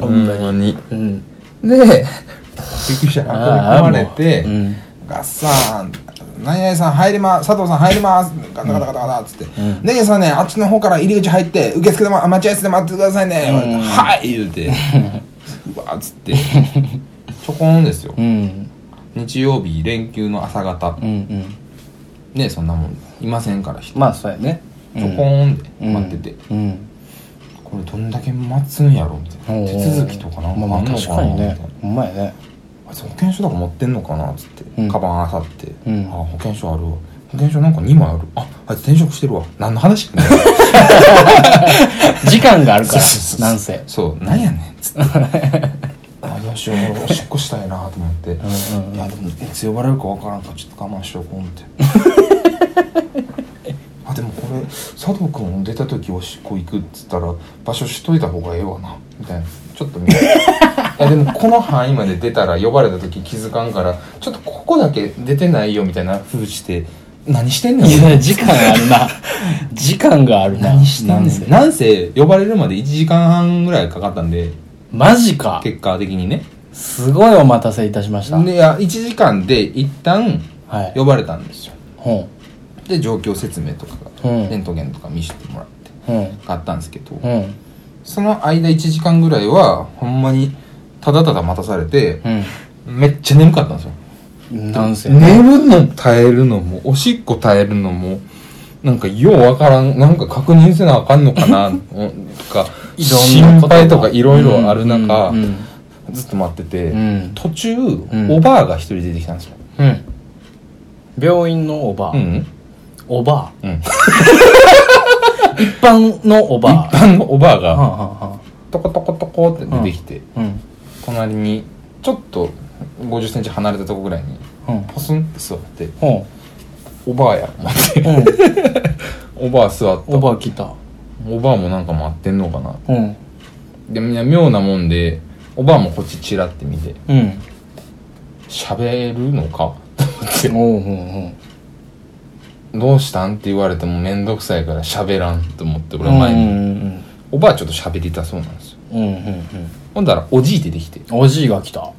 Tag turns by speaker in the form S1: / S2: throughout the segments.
S1: ほんまに
S2: うん
S1: で
S3: 救急車に運び込まれて、
S2: うん
S3: ガッサーン、何々さん入ります、佐藤さん入ります、ガタガタガタガタっつって、ネギさんね、あっちの方から入り口入って、受付で、ま、待合室で待っててくださいね、はい言うて、うわーっつって、ちょこんですよ
S2: う。ん
S3: 日曜日、連休の朝方
S2: う、んうん
S3: ね、そんなもん、いませんから、人、ち
S2: まあそうやね
S3: ょこんで
S2: うん
S3: 待ってて、
S2: うん
S3: これどんだけ待つんやろみたいな。手続きとかなんか
S2: ま
S3: あ
S2: あ
S3: ん
S2: まあ
S3: の
S2: 確
S3: か
S2: か
S3: なみ
S2: に
S3: たいな
S2: ね。ほんまやね
S3: あいつ保険証とか持ってんのかなっつって、
S2: うん
S3: カバンあさって、
S2: うん
S3: あ保険証あるわ保険証なんか2枚あるああいつ転職してるわ何の話
S2: 時間があるから
S3: そう
S2: なんせ
S3: そうなんや ねんっつってあどうしよう俺おしっこしたいなと思って
S2: うんうん
S3: いやでもいつ呼ばれるかわからんからちょっと我慢しようこう思 ってあでもこれ佐藤君出た時おしっこ行くっつったら場所しといた方がええわなみたいなちょっと見 ていやでもこの範囲まで出たら呼ばれた時気づかんからちょっとここだけ出てないよみたいな風して何してんねん
S2: い
S3: 俺
S2: や時間があるな時間があるな
S3: 何してん
S2: な
S3: ね
S2: せ
S3: んなんせ呼ばれるまで1時間半ぐらいかかったんで
S2: マジか
S3: 結果的にね
S2: すごいお待たせいたしました
S3: でいや1時間で一旦
S2: はい
S3: 呼ばれたんですよ
S2: ほ
S3: で状況説明とか、
S2: うん
S3: レントゲンとか見せてもらって
S2: ううん
S3: 買ったんですけど、
S2: うん
S3: その間1時間ぐらいはほんまにただただ待たされて、めっちゃ眠かったんですよ
S2: うんなんせ
S3: 眠るの耐えるのもおしっこ耐えるのもなんかようわからんなんか確認せなあかんのか なうんとか
S2: いろんな
S3: 心
S2: ことが
S3: 配とかいろいろある中、
S2: うんうん
S3: ずっと待ってて、
S2: うん
S3: 途中、
S2: ん
S3: おばあが一人出てきたんですよ、
S2: うん病院のおばあ
S3: うん
S2: おばあ
S3: うん、
S2: 一般のおばあ
S3: 一般のおばあが、
S2: はあは
S3: トコトコトコって出てきて、
S2: あはあうん
S3: 隣にちょっと5 0ンチ離れたとこぐらいに
S2: うん
S3: ポスンって座って
S2: ほ
S3: 「おばあや」 待って
S2: ううん
S3: おばあ座った
S2: おばあ来た
S3: おばあもなんか待ってんのかな
S2: うん
S3: でみんな妙なもんでおばあもこっちチラって見て
S2: うん
S3: 「喋るのか?」 と思っ
S2: お
S3: て
S2: うほうほう
S3: 「どうしたん?」って言われても面倒くさいから喋らんと思って俺
S2: うん
S3: は前に、
S2: うん
S3: おばあちょっと喋りたそうなんですよ
S2: うんうんうん
S3: ほんだらおじい出てきて
S2: うんおじいが来た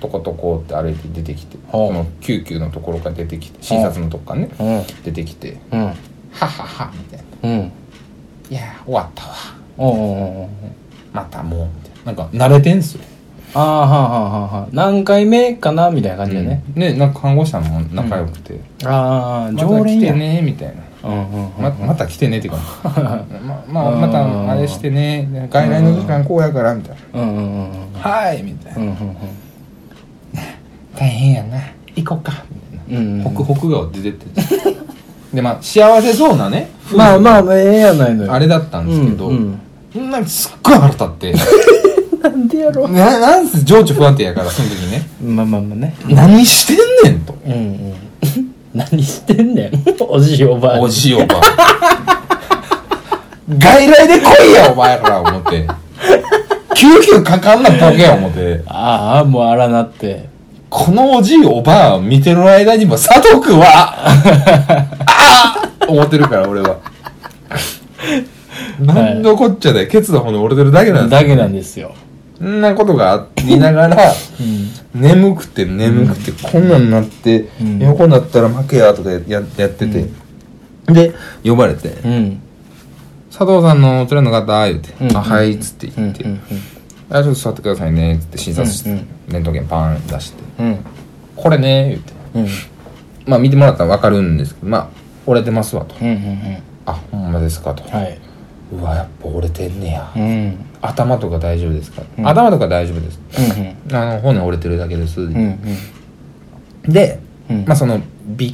S3: トコトコって歩いて出てきて
S2: ほう
S3: その救急のところから出てきて診察のとこからね
S2: うん
S3: 出てきて
S2: うん
S3: 「ははは」みたいな
S2: うん
S3: 「いやー終わったわ」
S2: おうおうおうおう
S3: またもうみたいななんか慣れてんすよ、
S2: ああはあはあはあはあ何回目かなみたいな感じだね、
S3: ねなんか看護師さんも仲良くて、
S2: ああ
S3: ま
S2: 常
S3: た来
S2: 連
S3: て
S2: や
S3: ねみたいな、
S2: うんうんうん
S3: ままた来てねってい うかままあま
S2: うん
S3: たあれしてね外来の時間こうやからみたい
S2: うんうんうん
S3: な「はい」みたいな、
S2: うんうん
S3: 大変やな行こうか」みたいな、
S2: うんうんうん
S3: ホクホク顔出てって でまあ幸せそうなね
S2: まあまあええやないのよ
S3: あれだったんですけど、
S2: うんうん
S3: そんなにすっごい腹立って
S2: なんでやろ
S3: ななんす情緒不安定やからその時ね
S2: まあまあまあね
S3: 何してんねんと
S2: うんうん 何してんねんおじいおばあ
S3: おじいおばあ 外来で来いやお前ら思って救急かかんなボケや思って
S2: ああもう荒なって
S3: このおじいおばあを見てる間にも佐藤君 はああ思ってるから俺はなんのこっちゃでケツの方に折れてるだけなんです
S2: だけなんですよ
S3: そんなことがありながら
S2: うん
S3: 眠くて眠くて、こんなんなって、
S2: うん
S3: 横になったら負けやとかややってて、で呼ばれて、
S2: うん
S3: 佐藤さんのお連れの方言うて「
S2: うんうん
S3: あはい」っつって
S2: うん
S3: 言って「あちょっと座ってくださいね」っつって診察室、
S2: うんう
S3: レントゲンパーン出して
S2: うんうん
S3: 「これね」言うて
S2: うん
S3: まあ見てもらったら分かるんですけどまあ折れてますわと
S2: うんうん
S3: 「あほんまですか」と
S2: うんはい
S3: 「うわやっぱ折れてんねや
S2: うんうん
S3: 頭とか大丈夫ですか
S2: うん
S3: 頭とか大丈夫です
S2: うん
S3: あの骨折れてるだけです」
S2: うんうん
S3: で、
S2: うん
S3: まあその尾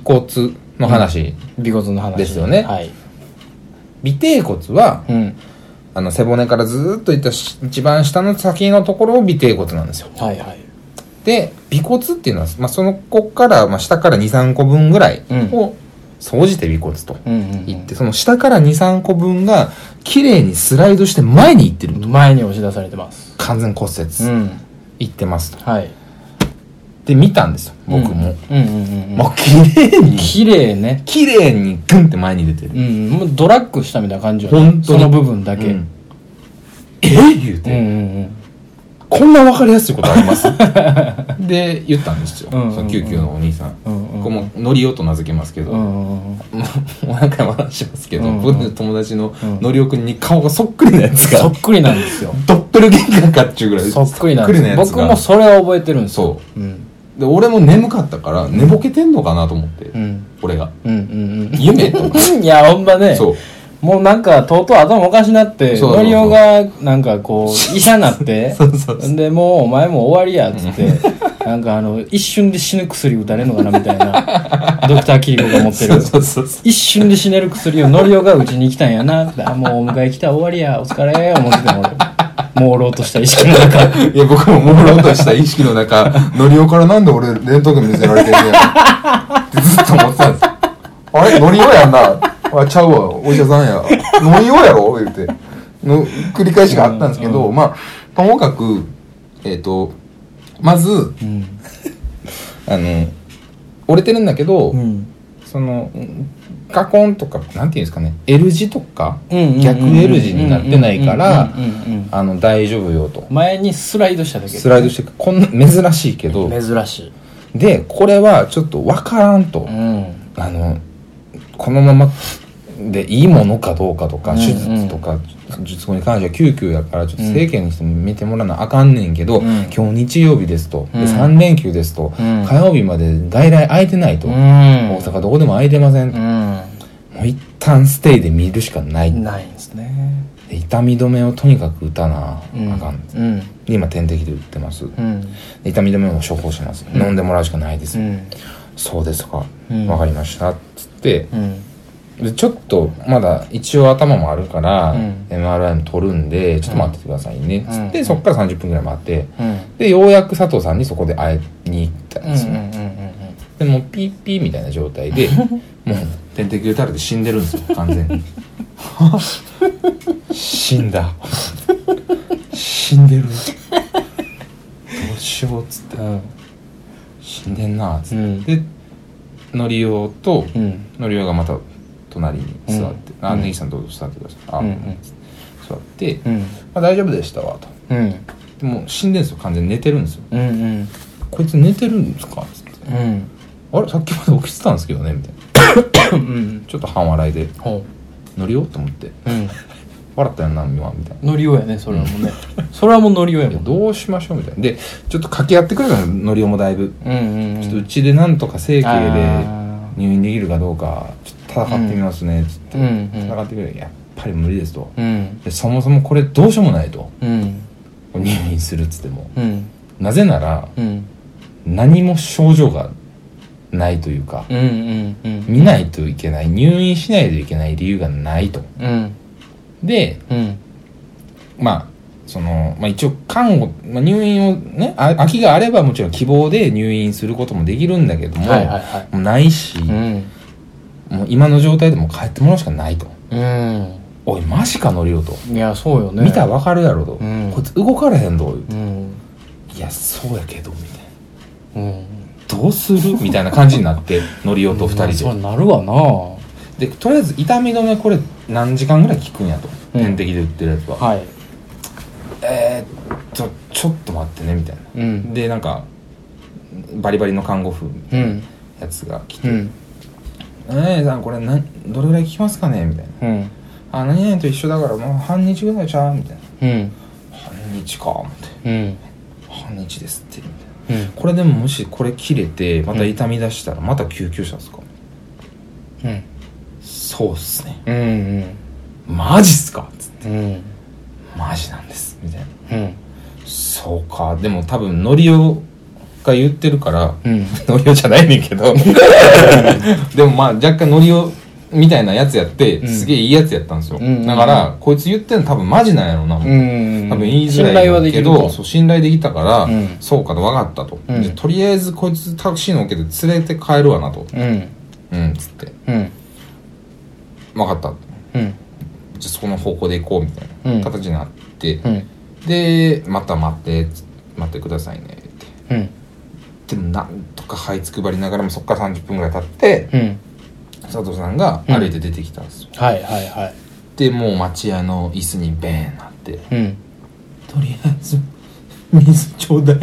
S3: 骨の話、
S2: 尾骨の話
S3: ですよね
S2: はい
S3: 尾底骨は
S2: うん
S3: あの背骨からずーっといったし一番下の先のところを尾底骨なんですよ
S2: はいはい
S3: で尾骨っていうのは、まあ、そのこっから、まあ、下から23個分ぐらい
S2: うん
S3: を総じて尾骨と
S2: うんうんうん
S3: 言って、その下から23個分が綺麗にスライドして前に行ってると
S2: 前に押し出されてます
S3: 完全骨折、
S2: うん
S3: 行ってますと
S2: はい
S3: で見たんですよ僕も、
S2: うんうんうんうん
S3: もう綺麗に
S2: 綺麗ね
S3: 綺麗にグンって前に出てる、
S2: うんもうドラッグしたみたいな感じよ
S3: 本当
S2: そ
S3: に
S2: の部分だけ
S3: う
S2: うん
S3: んえっ言う
S2: うんう
S3: て、
S2: ん
S3: こんな分かりやすいことあります で言ったんですよ、
S2: うんうんうん
S3: その救急のお兄さん、
S2: うんうん
S3: これもうノリオと名付けますけど、
S2: う
S3: も
S2: んうん
S3: うもう何回も話しますけど、
S2: うんうん
S3: 僕の友達の
S2: うん
S3: ノリオくんに顔がそっくりなやつが、
S2: そっくりなんですよ
S3: ドッペルゲンガーかっちゅうぐらい
S2: そっくりなん
S3: そ
S2: で
S3: っ
S2: す
S3: くりなやつ
S2: 僕
S3: が
S2: もそれは覚えてるんですよ、
S3: そう
S2: ん、
S3: で俺も眠かったから寝ぼけてんのかなと思って、
S2: うん
S3: 俺が
S2: うんうん
S3: 夢とか
S2: うんいやほん まね
S3: そう
S2: もうなんかとうとう頭おかしなって
S3: そうそうそう
S2: のりおがなんかこう医者になって
S3: そうそうそ
S2: でもうお前もう終わりやっつってなんかあの一瞬で死ぬ薬打たれんのかなみたいなドクターキリコが持ってる
S3: そうそうそう
S2: 一瞬で死ねる薬をのりおがうちに来たんやなってあもうお迎え来た終わりやお疲れ思ってた俺朦朧とした意識の中
S3: いや僕も朦朧とした意識 の中ノリオからなんで俺レントゲン見せられてんねやってずっと思ってたんですよあれノリオやんなあちゃうわお医者さんやノリオやろ言うての繰り返しがあったんですけど、
S2: うん
S3: まあともかくえっ、とまず
S2: うん
S3: あの折れてるんだけど、
S2: うん
S3: そのうんガコンとかなんていうんですかね L 字とか
S2: うんうんうんうん
S3: 逆 L 字になってないから
S2: うんうんうん
S3: あの大丈夫よと
S2: 前にスライドしただけ
S3: スライドしてこんな珍しいけど
S2: 珍しい
S3: でこれはちょっとわからんと、
S2: うん
S3: あのこのままでいいものかどうかとか、
S2: うんうん
S3: 手術とか術後に関しては救急やからちょっと整形にしても見てもらわなあかんねんけど、
S2: うん
S3: 今日日曜日ですと、
S2: う
S3: で
S2: ん
S3: 3連休ですと、
S2: うん
S3: 火曜日まで外来空いてないと、
S2: うん
S3: 大阪どこでも空いてませんと、もう一旦ステイで見るしかない、
S2: うんないんですね
S3: で痛み止めをとにかく打たな
S2: うん
S3: あかん、
S2: うん
S3: で今点滴で打ってます、
S2: うん
S3: で痛み止めを処方します、
S2: うん
S3: 飲んでもらうしかないです、
S2: うん
S3: そうですか、わ
S2: うん
S3: かりましたっつって
S2: うん
S3: でちょっとまだ一応頭もあるから、
S2: うん
S3: MRI も取るんでちょっと待っててくださいね、
S2: うん
S3: つってそっから30分ぐらい待って
S2: うん
S3: でようやく佐藤さんにそこで会いに行ったん
S2: うんう
S3: ですよ、
S2: んうん
S3: でもうピーピーみたいな状態 でもう点滴打たれて死んでるんですよ完全に死んだ死んでるどうしようっつって
S2: うん
S3: 死んでんなっつって、
S2: うん
S3: でのりおと
S2: うん
S3: のりおがまた隣に座って「
S2: うん
S3: あ
S2: うん
S3: ネギさんどうぞ座ってください」あ
S2: うんうん
S3: 座って、ま
S2: うん
S3: あ「大丈夫でしたわ」と
S2: うん
S3: でもう死んでんすよ完全に寝てるんですよ
S2: うんうん
S3: 「こいつ寝てるんですか?」っつって
S2: うんうん
S3: 「あれさっきまで起きてたんですけどね」みたいな
S2: うん
S3: ちょっと半笑いで
S2: ほ
S3: 「のりお?」と思って
S2: ううん
S3: 「笑ったよな今」みたいな。
S2: ノリオやねそれはもうねそれはもうノリオや
S3: いや
S2: もん
S3: どうしましょうみたいなでちょっと掛け合ってくれたののりおもだいぶ、
S2: うんうん
S3: ちょっとうちでなんとか整形
S2: あ
S3: で入院できるかどうかちょっと戦ってみますね、つって、
S2: うんうん
S3: 戦ってくれやっぱり無理ですと、
S2: うん
S3: でそもそもこれどうしようもないと
S2: うん
S3: 入院するっつっても
S2: うん
S3: なぜなら
S2: うん
S3: 何も症状がないというか
S2: うんうんうん
S3: 見ないといけない入院しないといけない理由がないと
S2: うん
S3: で
S2: うん
S3: まあその、まあ、一応看護、まあ、入院をねあ空きがあればもちろん希望で入院することもできるんだけども、
S2: はいはいはい
S3: もうないし、
S2: うん
S3: もう今の状態でもう帰ってもらうしかないと
S2: うん
S3: おいマジか乗りよと、
S2: いやそうよね
S3: 見たらわかるやろと、
S2: うん
S3: こいつ動かれへんぞ言うて
S2: うん
S3: いやそうやけどみたいな
S2: うん
S3: どうするみたいな感じにな って乗りよと2人
S2: そうなるわなは
S3: ででとりあえず痛み止めこれ何時間ぐらい効くんやと、
S2: うん
S3: 点滴で打ってるやつは、えー、っとちょっと待ってねみたいな、
S2: いうん
S3: でなんかバリバリの看護婦
S2: うん
S3: やつが来て
S2: うん
S3: 「何々さんこれなどれぐらい効きますかね?」みたいな
S2: うん
S3: 「あ何々と一緒だからもう半日ぐらいちゃう?」みたいな
S2: うん
S3: 「半日か」みたい
S2: うん
S3: な「半日ですって」みたいな
S2: うん
S3: これでももしこれ切れてまた痛み出したらまた救急車ですか、
S2: うん
S3: そうっすね
S2: うん
S3: マジっすかつって
S2: うん
S3: マジなんですみたいな
S2: うん
S3: そうかでも多分のりおが言ってるから
S2: うん
S3: のりおじゃないねん けどでもまあ若干のりおみたいなやつやって、
S2: うん
S3: すげえいいやつやったんですよ、
S2: うんうんうん
S3: だからこいつ言ってんの多分マジなんやろうな、
S2: うん
S3: 多分言いづらい
S2: 信頼はでき
S3: け
S2: る
S3: どそう信頼できたから、
S2: うん
S3: そうかと分かったと、
S2: うん
S3: でとりあえずこいつタクシー乗っけて連れて帰るわなと
S2: うん
S3: うんつって
S2: うん
S3: 分かった
S2: うん
S3: じゃあそこの方向で行こうみたい
S2: うん
S3: な形になって、
S2: うん
S3: でまた待ってつ待ってくださいねって
S2: うん
S3: でもなんとか這いつくばりながらもそっから30分ぐらい経って
S2: うん
S3: 佐藤さんが歩いて出てきたんですよ、
S2: はいはいはい
S3: でもう町屋の椅子にベーンなって
S2: うん
S3: とりあえず水ちょうだい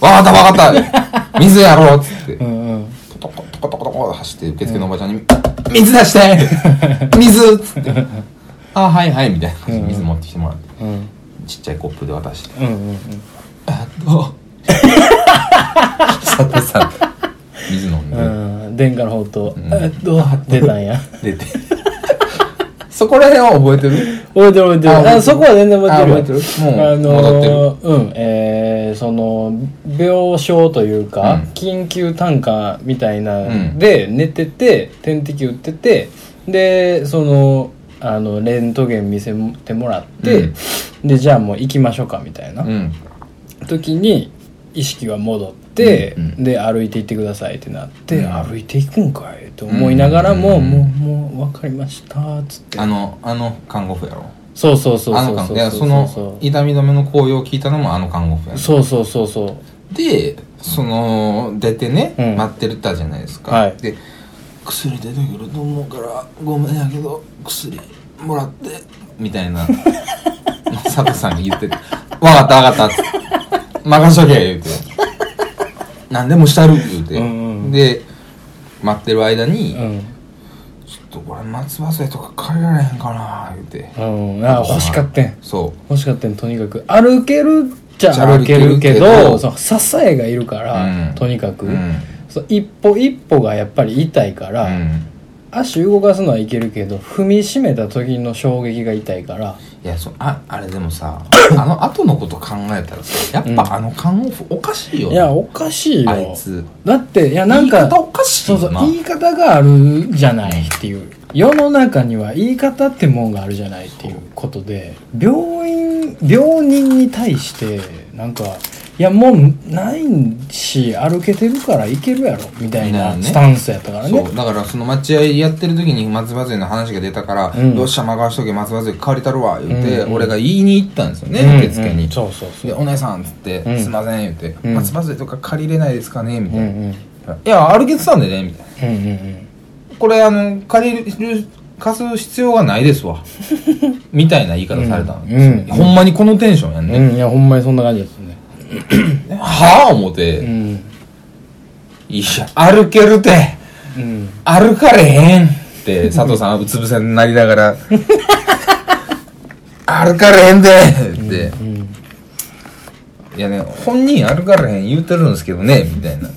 S3: わかったわかった水やろうっつって
S2: うんうん
S3: トコトコトコトコ走って受付のおばちゃんに「水出して水!」っつ って「あはいはい」みたいな感じで水持ってきてもらって
S2: うん
S3: ちっちゃいコップで渡し
S2: う
S3: て
S2: んうんうん
S3: 「あど う? 」さてさて水飲んで、
S2: うん殿下の方と
S3: ん
S2: えっと出たんや
S3: 出てそこら辺は覚えてる
S2: 覚えてる覚えてる
S3: あ
S2: あそこは全然覚えてる
S3: あ覚えてるもう
S2: あ
S3: 戻
S2: のーうんえーその病床というか、
S3: うん
S2: 緊急単価みたいな
S3: うん
S2: で寝てて点滴打っててでそのあのレントゲン見せてもらって、でじゃあもう行きましょうかみたいな、
S3: うん
S2: 時に意識が戻って、
S3: うんうん
S2: で歩いていってくださいってなって、
S3: うん
S2: 歩いていくんかいと思いながらも、
S3: うん
S2: もうもう分かりましたっつって
S3: あのあの看護婦やろ
S2: そうそうそう
S3: あ
S2: そ
S3: の
S2: う
S3: 看
S2: そ
S3: 護
S2: う
S3: いやその
S2: そう
S3: 痛み止めの効用を聞いたのもあの看護婦やろ
S2: そうそうそうそう
S3: でその出てね、
S2: うん
S3: 待ってるったじゃないですか、
S2: はい
S3: で薬出てくると思うからごめんやけど薬もらってみた いな佐藤さんが言ってて「分かった分かった」つって任しとけ」言うて「何でもしたる」言うて、
S2: うんうん
S3: で待ってる間に「
S2: うん、
S3: ちょっとこれ松葉杖とか借りられへんかな」言うて
S2: うん、あ欲しかったん
S3: そう
S2: 欲しかったんとにかく歩けるっちゃ
S3: じゃあ
S2: 歩けるけど
S3: 歩けるけど
S2: その支えがいるから、
S3: うん
S2: とにかく、
S3: うん
S2: そう一歩一歩がやっぱり痛いから、
S3: うん
S2: 足動かすのはいけるけど踏みしめた時の衝撃が痛いから
S3: いやそうああれでもさ あの後のこと考えたらさやっ
S2: うん
S3: ぱあの看護婦おかしいよ、
S2: いやおかしいよ
S3: あいつ
S2: だっていやなん
S3: 言
S2: か
S3: い方おかしい
S2: そう
S3: よ
S2: そう
S3: な
S2: 言い方があるじゃないっていう世の中には言い方ってもんがあるじゃないっていうことで病院病人に対してなんかいやもうないし歩けてるから行けるやろみたい
S3: みたいな
S2: な
S3: ね
S2: スタンスやったから
S3: そ
S2: ね
S3: うだからその待合やってる時に松葉杖の話が出たから「
S2: うん
S3: よっしゃ任しとけ松葉杖借りたるわ」言うて、
S2: うんうん
S3: 俺が言いに行ったんですよね、
S2: うん
S3: 受付に、
S2: うんそうそうそ
S3: で「
S2: う
S3: お姉さん」っつって「
S2: うん
S3: すいません」言うて「
S2: うん
S3: 松葉杖とか借りれないですかね」みた
S2: う
S3: い
S2: んう
S3: な「
S2: んうん
S3: いや歩けてたんでね」みたい
S2: う
S3: な
S2: んうん
S3: 「これあの借りる貸す必要がないで すわ」みたいな言い方されたの、
S2: うんうん
S3: ほんまにこのテンションやんね、
S2: うんいやほんまにそんな感じだったね
S3: はあ思て、
S2: うん
S3: いや歩けるて
S2: うん
S3: 歩かれへんって 佐藤さんうつ伏せになりながら 歩かれへんでって、
S2: うん
S3: いやね本人歩かれへん言うてるんですけどねみたいな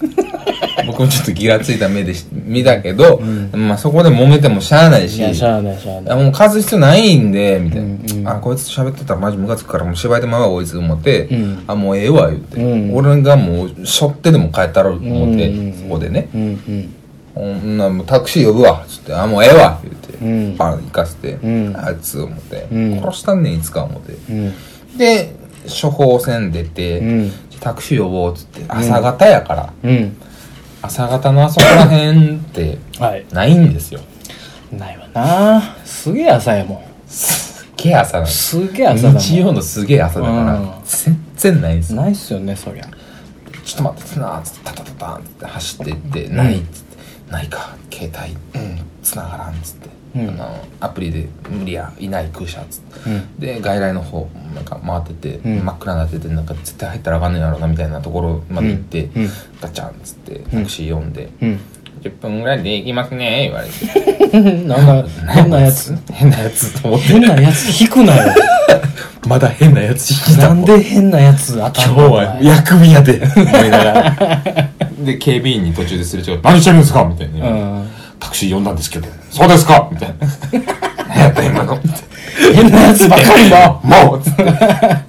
S3: 僕もちょっとギラついた目でし見たけど、まあそこで揉めてもしゃあない
S2: い
S3: し
S2: やしゃあないしゃあない
S3: あもう数必要ないんでみたいな、
S2: うんうん
S3: あこいつと喋ってたらマジムカつくからもう芝居でまうわこいつ思って、
S2: うん
S3: あもうええわ言うて、
S2: うん
S3: 俺がもうしょってでも帰ったろうと思って、
S2: うんうんうん
S3: そこでね
S2: うんうん
S3: ほんなもうタクシー呼ぶわっつって「あもうええわ」言って、
S2: うん
S3: パン行かせて、
S2: ん
S3: あいつ思って、
S2: うん
S3: 殺したんねんいつか思って
S2: うん
S3: で処方箋出て、
S2: うん
S3: タクシー呼ぼうっつって朝方やから、
S2: うん
S3: 朝方のあそこら辺って
S2: はい
S3: ないんですよ
S2: ないわなすげえ朝やもん
S3: すっげえ朝なんです
S2: すげえ朝だもん
S3: 日曜のすげえ朝だから、
S2: うん
S3: 全然ないんですよ
S2: ないっすよねそりゃ
S3: ちょっと待っててなっつってタタタタンっつって走ってって、ないっつってないか携帯うん繋がらんっつって、
S2: うん
S3: あのアプリで無理やいない空車っつって、
S2: うん
S3: で外来の方なんか回ってて、
S2: うん
S3: 真っ暗になっててなんか絶対入ったらあかんねやろなみたいなところまで行って、
S2: うんうん
S3: ガチャンっつってタクシー呼んで、
S2: うん
S3: 10分ぐらいで行きますね言われて
S2: なんか変なやつ
S3: 変なやつと思って
S2: 変なやつ引くな よ
S3: まだ変なやつ引きた
S2: なんで変なやつ当た
S3: 今
S2: ん
S3: 日
S2: の
S3: は薬味やで思いながらで警備員に途中ですれ違う「何してるんですか?」みたいな、
S2: うん
S3: タクシー呼んだんですけど「そうですか?」みたいな「何やった今の」
S2: 変なやつばっかりだ
S3: もう!」つって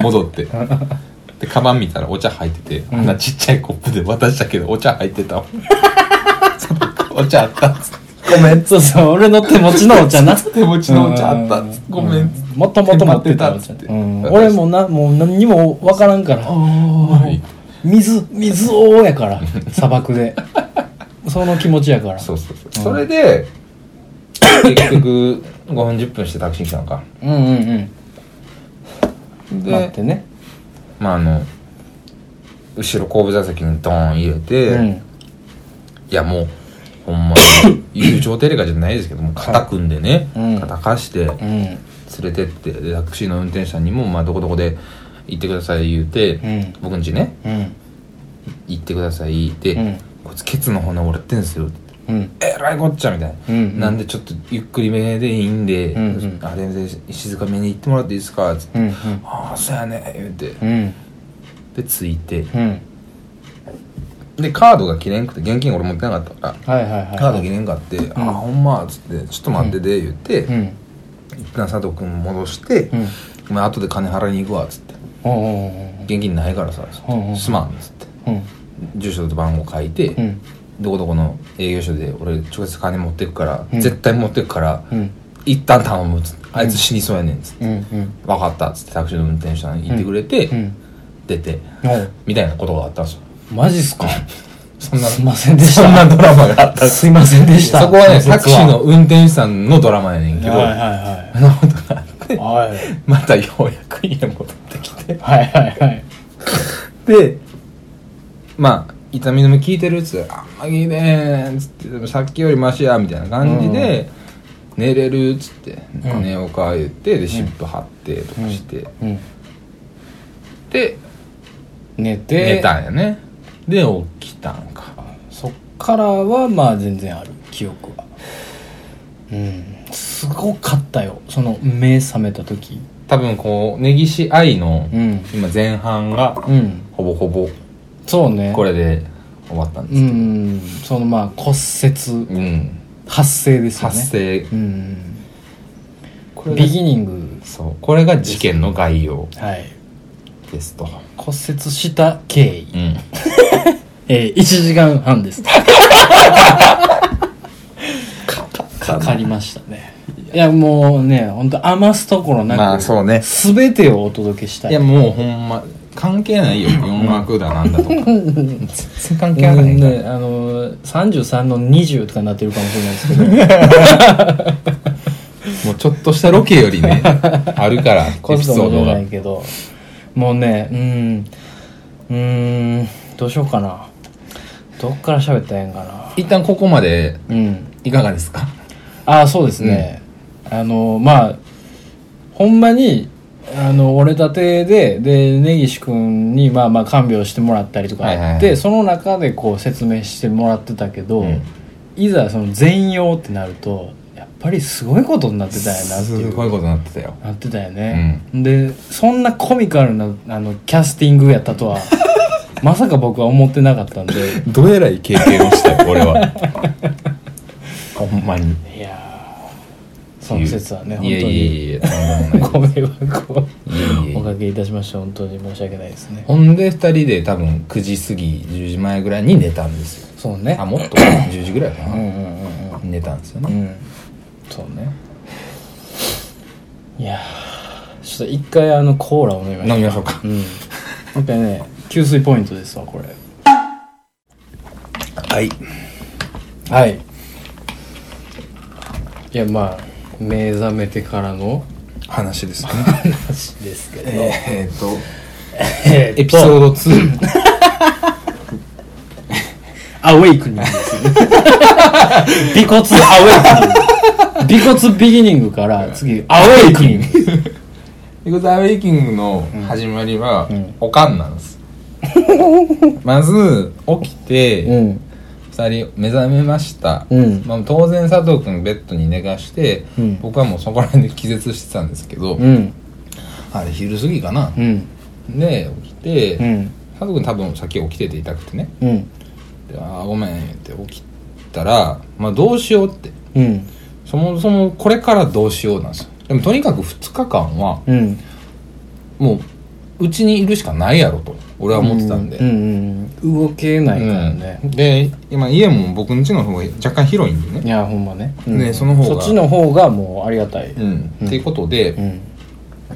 S3: 戻ってでカバン見たらお茶入っててあんなちっちゃいコップで渡したけどお茶入ってたわお茶あったっつって
S2: ごめんそうそう俺の手持ちのお茶な
S3: 手持ちのお茶あったっつってごめんっつって
S2: もともと持ってたお
S3: 手
S2: 茶
S3: 待って
S2: う
S3: たっつって
S2: ん俺もなもう何にもわからんから
S3: はい
S2: 水水王やから砂漠でその気持ちやから
S3: そうそうそう、それで結局5分10分してタクシー来たのか
S2: うんうんうん
S3: で
S2: 待ってね
S3: まああの後ろ後部座席にドーン入れて、
S2: うん
S3: いやもうほんま友情テレカじゃないですけども肩組んでね、
S2: うん
S3: 肩貸して、
S2: うん
S3: 連れてってでタクシーの運転手さんにも、まあ、どこどこで行ってください言うて、
S2: うん
S3: 僕ん家ね
S2: うん
S3: 行ってくださいで、
S2: うん
S3: こいつケツの骨折れてんすよ
S2: うん
S3: えらいこっちゃみたいな、
S2: うんうん
S3: なんでちょっとゆっくりめでいいんで、
S2: うんうん
S3: あれで静かめに行ってもらっていいですかつって、
S2: うん
S3: ああそうやね言うて、
S2: うん
S3: でついて
S2: うん
S3: でカードが切れんくて現金俺持ってなかったから
S2: はいはいはい
S3: カード切れんかって「ああほんま」っつって「ちょっと待ってで」言って、
S2: うん
S3: 一旦佐藤君戻して
S2: うん
S3: 「お前後で金払いに行くわ」っつって
S2: おうおう
S3: 「現金ないからさ」つって
S2: うんうん
S3: すまん」っつって
S2: おううん
S3: 住所と番号書いて、
S2: うん
S3: どこどこの営業所で俺直接金持ってくから、
S2: うん
S3: 絶対持ってくから、
S2: うん
S3: 一旦頼むっつってあいつ死にそうやねんっつって、
S2: うんうん
S3: 分かったっつってタクシーの運転手さんに言ってくれて、
S2: うん
S3: 出て
S2: おう
S3: みたいなことがあったんですよ
S2: マジっすか
S3: そんな
S2: すいませんでした
S3: そんなドラマがあった
S2: すいませんでした
S3: そこはね
S2: そこは
S3: タクシーの運転手さんのドラマやねんけど、
S2: はいは
S3: そんなことがあって
S2: いはいはい
S3: またようやく家戻ってきて
S2: はいはいはい
S3: でまあ痛み止め効いてるっつって「あんまりねー」っつってでも「さっきよりマシや」みたいな感じで「寝れる」っつって「
S2: うん
S3: 寝ようか」言ってでシップ貼ってとかして
S2: うん
S3: で
S2: 寝て
S3: 寝たんやねで起きたんか
S2: そっからはまあ全然ある記憶はうんすごかったよその目覚めた時
S3: 多分こう根岸愛の
S2: うん
S3: 今前半が
S2: うん
S3: ほぼほぼ
S2: そうね
S3: これで終わったん
S2: う
S3: ですけど
S2: んそのまあ骨折
S3: うん
S2: 発生ですよね
S3: 発生
S2: うん
S3: これ
S2: ビ
S3: が
S2: ギニング
S3: そうこれが事件の概要
S2: はい
S3: ですと
S2: 骨折した経緯、
S3: うん
S2: えー、1時間半 ですかかりましたねいやもうね本当余すところなく、
S3: まあそうね
S2: 全てをお届けしたい
S3: いやもうほんま関係な いよ音楽だなんだとか全然関係
S2: う
S3: ない
S2: ん
S3: から、
S2: ね、あのー33の20とかになってるかもしれないです けど
S3: もうちょっとしたロケより ねあるからエ
S2: コ
S3: ピ
S2: スト
S3: ソ
S2: も
S3: ード
S2: 出な
S3: が
S2: いけどもうねうんうーんどうしようかなどっから喋ったらええんかな
S3: 一旦ここまで
S2: うん
S3: いかがですか
S2: ああそうですね、あのまあほんまにあの俺立てでで根岸君にまあまあ看病してもらったりとかあって、
S3: はいはいはい
S2: その中でこう説明してもらってたけど、
S3: うん
S2: いざその全容ってなるとやっぱりすごいことになってたんやなってい
S3: す
S2: う
S3: ごいことになってたよ
S2: なってたよね、でそんなコミカルなあのキャスティングやった とはまさか僕は思ってなかったんで
S3: どえらい経験をしたよ俺は ほんまに
S2: いやーその説はね本当
S3: い
S2: に
S3: やいやいやとんでも
S2: ご迷惑を
S3: ないいやいや
S2: おかけいたしました本当に申し訳ないですね
S3: ほんで二人で多分9時過ぎ10時前ぐらいに寝たんですよ
S2: そうね
S3: あもっと10時ぐらいか
S2: うんう
S3: なん
S2: うんうん
S3: 寝たんですよ
S2: う
S3: ね
S2: んそうねいやーちょっと一回あのコーラを飲みましょ
S3: 飲みましょうか
S2: ううんもう一回ね給水ポイントですわこれ
S3: はい
S2: はいいやまあ目覚めてからの
S3: 話ですね
S2: 話ですけど、
S3: えーっと
S2: え
S3: エピソード2
S2: アウェイクニングですね尾骨アウェイクニング尾骨ビギニングから次アウェイクニング
S3: ビコズアウェイキングの始まりは、
S2: ん
S3: おかんなんです。まず、起き
S2: う
S3: て、
S2: ん
S3: 二、人目覚めました。
S2: うん
S3: まあ、当然佐藤くんベッドに寝かして、
S2: うん
S3: 僕はもうそこら辺で気絶してたんですけど、
S2: うん
S3: あれ昼過ぎかな
S2: う。ん
S3: で、起きて、
S2: うん
S3: 佐藤くん多分さっき起きてて痛くてね。
S2: うん
S3: であーごめんって起きたら、まあどうしようって。
S2: うん
S3: そもそもこれからどうしようなんですよ。でもとにかく2日間は、
S2: うん
S3: もううちにいるしかないやろと俺は思ってたんで、
S2: うんうんうん動けないからね
S3: うんで今家も僕ん家の方が若干広いんで
S2: い
S3: ね、
S2: やほんまね
S3: ねその方
S2: そ
S3: が
S2: っちの方がもうありがたい
S3: うんっていうことで、
S2: うん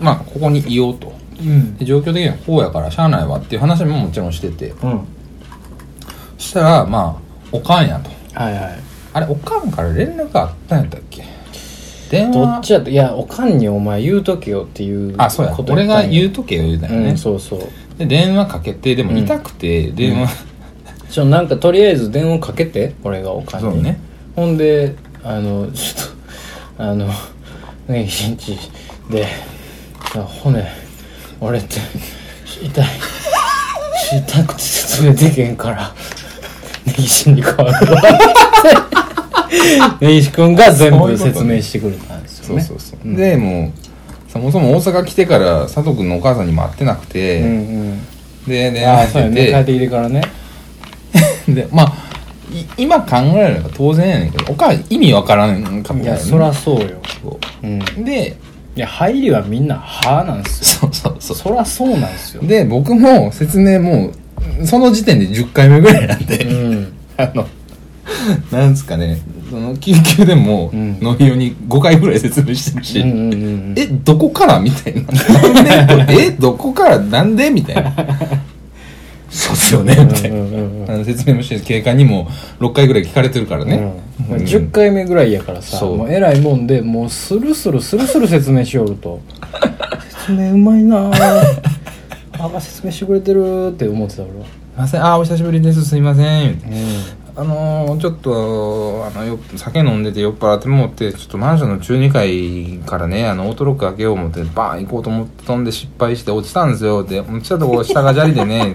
S3: まあここにいようと
S2: うん
S3: で状況的にはこうやからしゃあないわっていう話ももちろんしてて
S2: うん
S3: そしたらまあおかんやと
S2: はいはい
S3: あれおかんから連絡あったんやったっけ電話
S2: どっちやといやおかんにお前言うとけよっていう
S3: あそうや
S2: こと
S3: 俺が言
S2: う
S3: うとけよ言うたんやね、
S2: うんそうそう
S3: で電話かけてでも痛くて電話、
S2: ちょなんかとりあえず電話かけて俺がおかんに
S3: そうね
S2: ほんであのちょっとあのね一日であ骨折れて痛い痛くて説明できへんから根岸に変わるわって根岸君が全部説明してくれたんです
S3: そ
S2: よ
S3: う
S2: ね
S3: そうそう、
S2: ん
S3: でもうそもそも大阪来てから佐藤君のお母さんにも会ってなくて、
S2: うんうん
S3: で恋
S2: ああ
S3: 愛
S2: そうや
S3: し
S2: ね
S3: て
S2: 帰ってきてからね
S3: てでまあい今考えるのが当然やねんけどお母さん意味わからんかったよね
S2: いやそらそうよ
S3: そ
S2: うんいう
S3: で
S2: や入りはみんな「は」なんですよ
S3: そうそうそ う
S2: そらそうなんですよ
S3: で僕も説明もうその時点で10回目ぐらいなんで、
S2: う ん
S3: あのなんですかねその救急でも
S2: うん
S3: のりおに5回ぐらい説明してるし、
S2: うんうんうん
S3: えどこからみたいななんでえどこからなんでみたいなそうっすよねみたい
S2: うんうんうんうん
S3: なあの説明もしてるし警官にも6回ぐらい聞かれてるからね、
S2: うん10回目ぐらいやからさ
S3: そう
S2: もうえらいもんでもうスルスルスルスル説明しよる と説明うまいなぁああ説明してくれてるって思ってた俺は
S3: すいませんあーお久しぶりですすいません」みたいな
S2: う
S3: あのーちょっとあのよ酒飲んでて酔っ払ってもうってちょっとマンションの中2階からねあのオートロック開けよう思ってバーン行こうと思って飛んで失敗して落ちたんですよで落ちたとこ下が砂利でね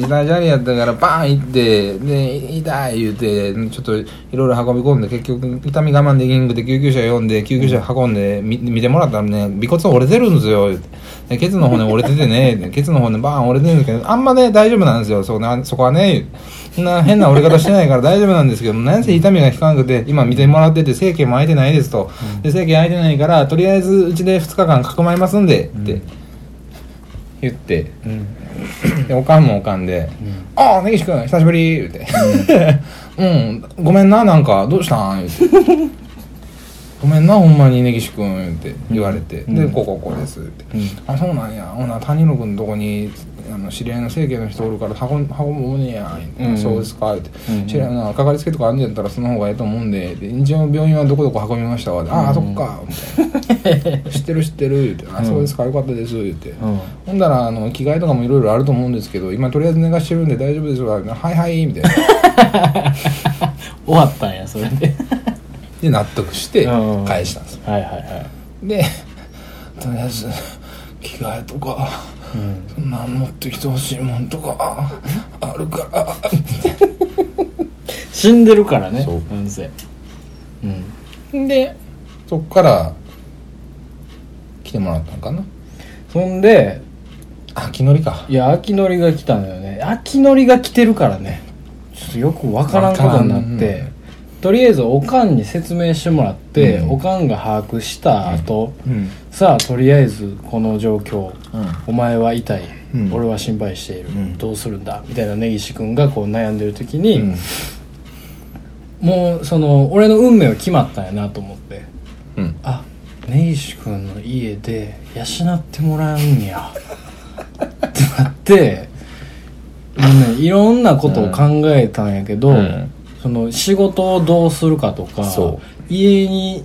S3: 下が砂利やったからバーン行ってで痛い言うてちょっといろいろ運び込んで結局痛み我慢できんくて救急車呼んで救急車運んで見見てもらったらね尾骨折れてるんですよ言うてでケツの骨折れててねケツの骨バーン折れてるんですけどあんまね大丈夫なんですよそこなそこはね言うてそんな変な折れ方してないから大丈夫なんですけどなんせ痛みが引かなくて今見てもらってて整形も空いてないですと、で整形空いてないからとりあえずうちで2日間かくまりますんでって、言って
S2: んうん
S3: でおかんもおかんで「ああ根岸君久しぶり」言うて「うん、ごめんななんかどうしたん?」言うて「ごめんなほんまに根岸君」言うて言われて「
S2: うん
S3: でこうこうこうです」って
S2: うん
S3: 「あそうなんやほな谷野君のとこにあの知り合いの整形の人おるから運ん運ぶもんや」言う
S2: うん
S3: てそうですか」言うて
S2: うん
S3: 「知り合いのかかりつけとかあんねやったらその方がええと思うんで」で一応病院はどこどこ運びましたわ」ああそっか」みた いな知ってる知ってる」言うて「あそうですかよかったです」言うて。
S2: うん
S3: ほんだらあの着替えとかもいろいろあると思うんですけど今とりあえず寝かしてるんで大丈夫ですかはいはい」 みたいな
S2: 終わったんやそれで
S3: で納得して
S2: うん
S3: 返したんですよ
S2: はいはいはい
S3: でとりあえず着替えとか
S2: うん
S3: そんな持ってきてほしいもんとかあるから
S2: 死んでるからね
S3: そう
S2: 運勢うん
S3: でそっから来てもらったんかな
S2: そんで
S3: あ気乗りか
S2: いや秋のりが来たのよね秋のりが来てるからねちょっとよくわからんことになっ
S3: わから
S2: て
S3: んうん
S2: とりあえずおかんに説明してもらって、
S3: うん
S2: おかんが把握した後、
S3: うん
S2: さあとりあえずこの状況
S3: う
S2: お前は痛い、
S3: うん
S2: 俺は心配している、
S3: うん
S2: どうするんだみたいな根岸君がこう悩んでる時に、
S3: ん
S2: もうその俺の運命は決まったんやなと思って
S3: うん
S2: あ根岸君の家で養ってもらうんやってなってもうねいろんなことを考えたんやけど、
S3: うん
S2: その仕事をどうするかとか
S3: そ
S2: 家に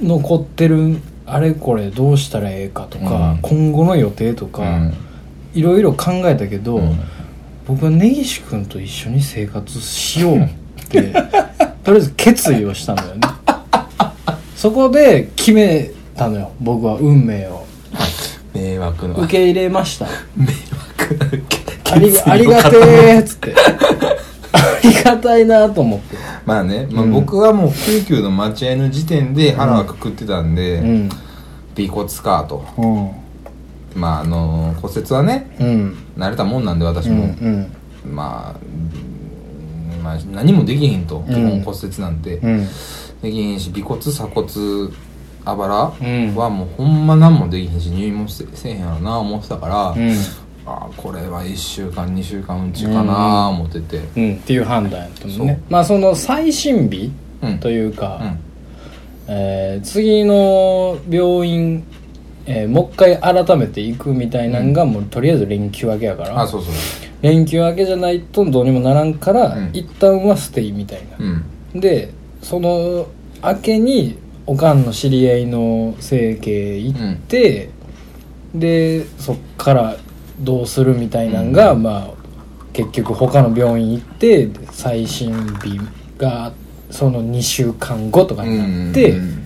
S2: 残ってるあれこれどうしたらええかとか、
S3: うん
S2: 今後の予定と
S3: う
S2: か、
S3: ん
S2: いろいろ考えたけど、
S3: うん
S2: 僕は根岸君と一緒に生活しようって とりあえず決意をしたんだよねそこで決めたのよ僕は運命を
S3: 迷惑の
S2: 受け入れました
S3: 迷惑な
S2: ありありがてえっつってありがたいなと思って
S3: まあね、まあ、
S2: うん
S3: 僕はもう救急の待合の時点で腹はくくってたんで、
S2: うん
S3: 尾骨かと
S2: うん
S3: まああの骨折はね
S2: うん
S3: 慣れたもんなんで
S2: う
S3: 私も、
S2: ん
S3: まあうんまあ何もできへんと、
S2: ん
S3: 基本骨折なんて、
S2: うん
S3: できへんし尾骨鎖骨あばら
S2: うん
S3: はもうほんま何もできへんし入院もせせえへんやろな思ってたから、
S2: うん
S3: ああこれは1週間2週間うちかな思ってて
S2: うんっていう判断やったもん
S3: そ
S2: ね
S3: う
S2: まあその最新日
S3: うん
S2: という
S3: う
S2: か、
S3: ん
S2: えー次の病院、えーもう一回改めて行くみたいなんが、もうとりあえず連休明けやから
S3: あそうそう
S2: 連休明けじゃないとどうにもならんから、
S3: うん
S2: 一旦はステイみたいな、
S3: うん
S2: でその明けにおかんの知り合いの整形行って、でそっからどうするみたいなんが、
S3: うん
S2: まあ結局他の病院行って最新日がその2週間後とかになって、
S3: うん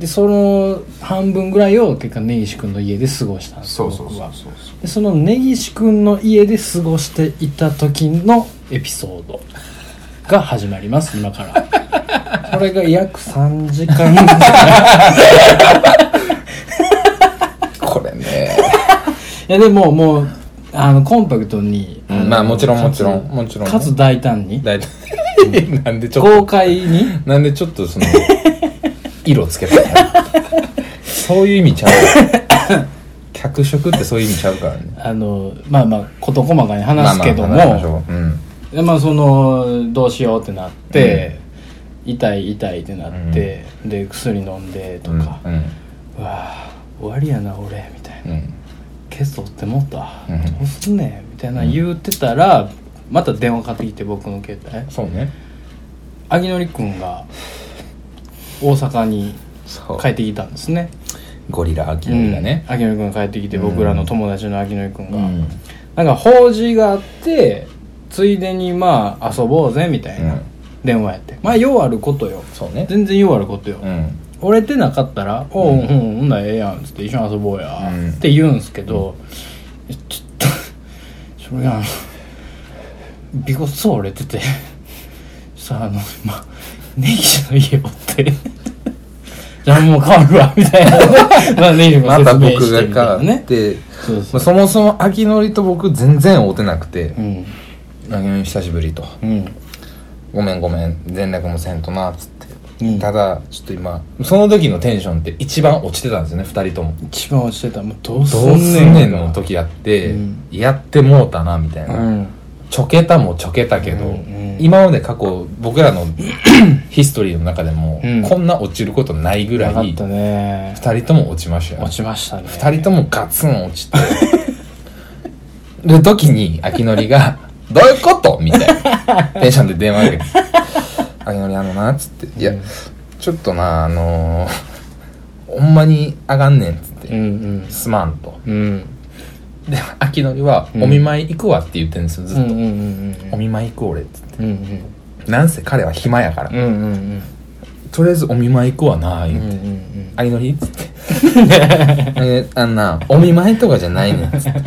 S2: でその半分ぐらいを結果根岸君の家で過ごしたんです
S3: そうそうそ
S2: 僕
S3: うそう
S2: は
S3: そう
S2: でその根岸君の家で過ごしていた時のエピソードが始まります今から それが約3時間 ぐらい
S3: これね
S2: いやでももうあのコンパクトに、
S3: うん
S2: あの
S3: まあもちろんもちろん
S2: かつ
S3: もちろんね
S2: かつ大胆に
S3: 大体 なんでちょっと
S2: 公開に
S3: なんでちょっとその色つけた んやそういう意味ちゃう脚色ってそういう意味ちゃうからね
S2: あのまあまあ事細かに話すけども、
S3: まあまあ話しましょううん
S2: でまあそのどうしようってなって、痛い痛いってなって、で薬飲んでとか、
S3: うん
S2: うわあ終わりやな俺みたいな、
S3: うん
S2: ケツ取ってもった、
S3: うん
S2: どうすんねんみたいな言ってたら、また電話かかってきて僕の携帯
S3: そうね
S2: あぎのりくんが大阪に
S3: そう
S2: 帰ってきたんですね
S3: ゴリラ秋のりがね
S2: うん、あぎのりくんが帰ってきて、僕らの友達のあぎのりくん
S3: う
S2: が、
S3: ん
S2: なんか法事があってついでにまあ遊ぼうぜみたいな、
S3: うん
S2: 電話やってまあようあることよ
S3: そうね
S2: 全然ようあることよ、
S3: うん
S2: 折れてなかったら「おううんほんならええやん」っつって「一緒に遊ぼうや」
S3: うん
S2: って言うんすけど、ちょっとそれがあの尾骨そう折れててさああの今根岸の家おってじゃあもう変わるわみた いなまあ根岸が
S3: ま
S2: 説
S3: た僕
S2: 明してみたい
S3: が
S2: な
S3: 買っ
S2: ね
S3: て
S2: そうそ
S3: まあ
S2: う
S3: そもそも秋のりと僕全然会うてなくて
S2: うん
S3: 「秋のり久しぶり」と
S2: うん
S3: 「ごめんごめん連絡もせんとな」っつって
S2: うん
S3: ただちょっと今その時のテンションって一番落ちてたんですよね2人とも
S2: 一番落ちてたもうどうす
S3: どうす
S2: ん
S3: ん
S2: ね
S3: ね
S2: ん
S3: んの時やって、
S2: うん
S3: やってもうたなみたいうな、
S2: ん
S3: ちょけたもちょけたけど、
S2: うんうん
S3: 今まで過去 僕らのヒストリーの中でも、
S2: うん
S3: こんな落ちることないぐら
S2: ないかった
S3: 2
S2: ね
S3: 人とも落ちましたよ
S2: 落ちましたね
S3: 2人ともガツン落ちてる時に秋のりが「どういうこと?」みたいなテンションで電話かけて「秋のりあのな」っつって「いや、
S2: うん
S3: ちょっとなあのー、ほんまにあがんねん」っつって「
S2: うん
S3: すまん」と。
S2: うんうん
S3: で秋のりは「
S2: うん
S3: お見舞い行くわ」って言ってるんですよずっ
S2: うん
S3: と
S2: うん
S3: 「お見舞い行く俺」っつっ
S2: うんうんうん
S3: てなんせ彼は暇やから
S2: うんうんうん
S3: とりあえず「お見舞い行くわな」
S2: う
S3: 言
S2: ん
S3: うて
S2: うん
S3: 「秋の り」っつって「えーあんなお見舞いとかじゃない ねん」っつって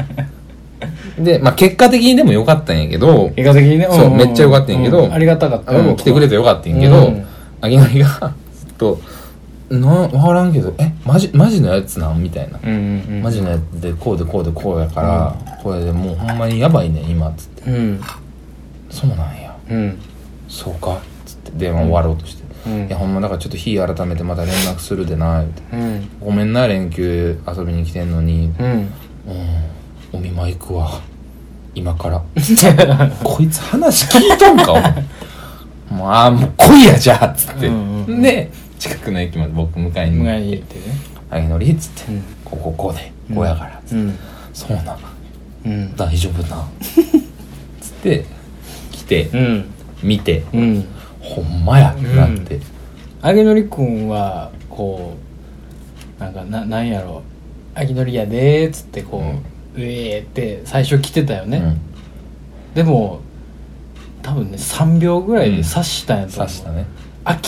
S3: でまあ結果的にでもよかったんやけど
S2: 結果的にね
S3: そうん
S2: んん
S3: めっちゃ良かったんやけど
S2: うありがたかったよ、
S3: う
S2: 僕
S3: ん
S2: は
S3: 来てくれてよかったんやけ
S2: う
S3: ど
S2: ん
S3: 秋のりがずっと「なわからんけどえマジマジのやつなん?」みたいな
S2: うんうんうん
S3: マジのやつでこうでこうでこうやから、これでもうほんまにやばいねん今っつって
S2: うん
S3: 「そうなんや
S2: うん
S3: そうか」っつって電話終わろうとして「
S2: うん
S3: いやほんまだからちょっと日改めてまた連絡するでな」言うて
S2: うん
S3: ごめんな連休遊びに来てんのに
S2: うん
S3: うんお見舞い行くわ今からこいつ話聞いとんかお前もうあーもう来いやじゃあっつって、
S2: うんうんうん
S3: で近くの駅まで僕迎えに
S2: 迎え
S3: 行っ
S2: に行
S3: て
S2: ってね
S3: 「あげのり」っつって「
S2: うん
S3: こうこうこうでこうやから」つって
S2: うん
S3: そうなん
S2: うん
S3: 大丈夫な」つって来て
S2: うん
S3: 見て
S2: うん
S3: 「ほんまや」ってなって、
S2: あげのりくんはこうなんかななんやろ「あげのりやで」っつってこう「うえー」って最初来てたよね、
S3: うん
S2: でも多分ね3秒ぐらいで察したんやと思
S3: 刺
S2: う、
S3: したね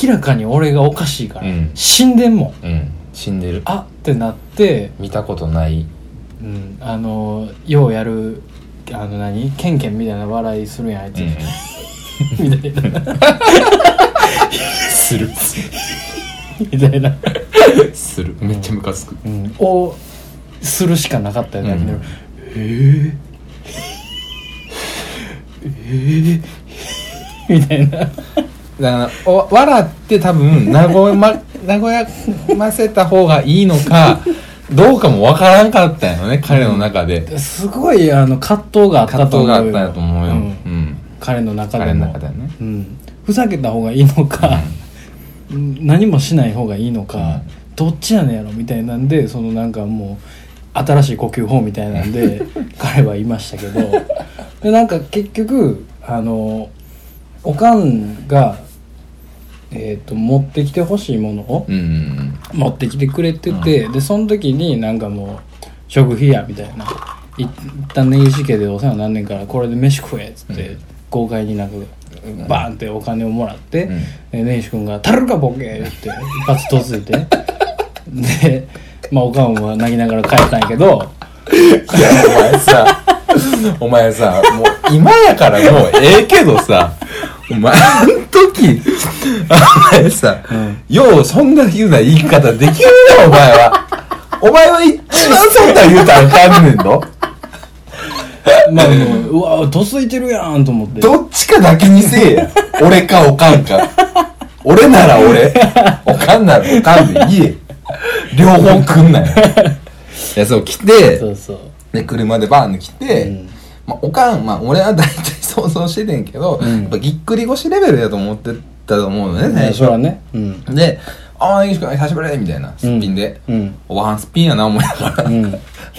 S2: 明らかに俺がおかしいから、
S3: うん
S2: 死んでんもん
S3: うん死んでる
S2: あってなって、
S3: 見たことない
S2: うん、あのようやるあの何ケンケンみたいな笑いするやんあいつ、みたいな
S3: する
S2: みたいな、
S3: するめっちゃムカつく
S2: うん、をするしかなかったよね、
S3: うん
S2: 明らかにえ ー、えー、みたい な
S3: だからお笑って多分和ま 和やませた方がいいのかどうかもわからんかったんよね彼の中で、
S2: すごいあの葛藤があった
S3: 葛
S2: と思
S3: 藤
S2: うよ
S3: があったんやと思うよ、うん
S2: ん彼の中で
S3: 彼
S2: も
S3: の中ではね
S2: うん、ふざけた方がいいのか、何もしない方がいいのか、どっちやねんやろみたいなんでそのなんかもう新しい呼吸法みたいなん で彼はいましたけどでなんか結局あのおかんが、えー、と持ってきてほしいものを
S3: うんうん
S2: 持ってきてくれてて、でその時になんかもう食費やみたいな「一旦根岸家でお世話になんねんからこれで飯食え」っつって、
S3: うん
S2: 豪快になんかバーンってお金をもらって、
S3: うん
S2: えー根岸君が「たるかボケ!」って一発突いてねで、まあ、おかんは泣きながら帰ったんやけど、
S3: いやお前さ、お前さ、もう今やからもうええけどさ、お前、あん時、お前さ、ようそんな言うな言い方できるな、お前は。お前は一番そんな言うたらあかんねんの
S2: まあ、もう、うわ、どついてるやんと思って。
S3: どっちかだけにせえや。俺かおかんか。俺なら俺、おかんならおかんで言え。両方来んなよ。いや、そう、来て、
S2: そうそう。
S3: で車でバーンに来て、
S2: うん
S3: まあ、おかん、まあ、俺は大体想像しててんけど、
S2: うん
S3: やっぱぎっくり腰レベルやと思ってたと思うのね、最
S2: ね、
S3: 初
S2: そらね。うん。
S3: で「ああいい君久しぶり」みたいなすっぴんで、
S2: うん。
S3: おばはんすっぴんやな思いながら、
S2: うん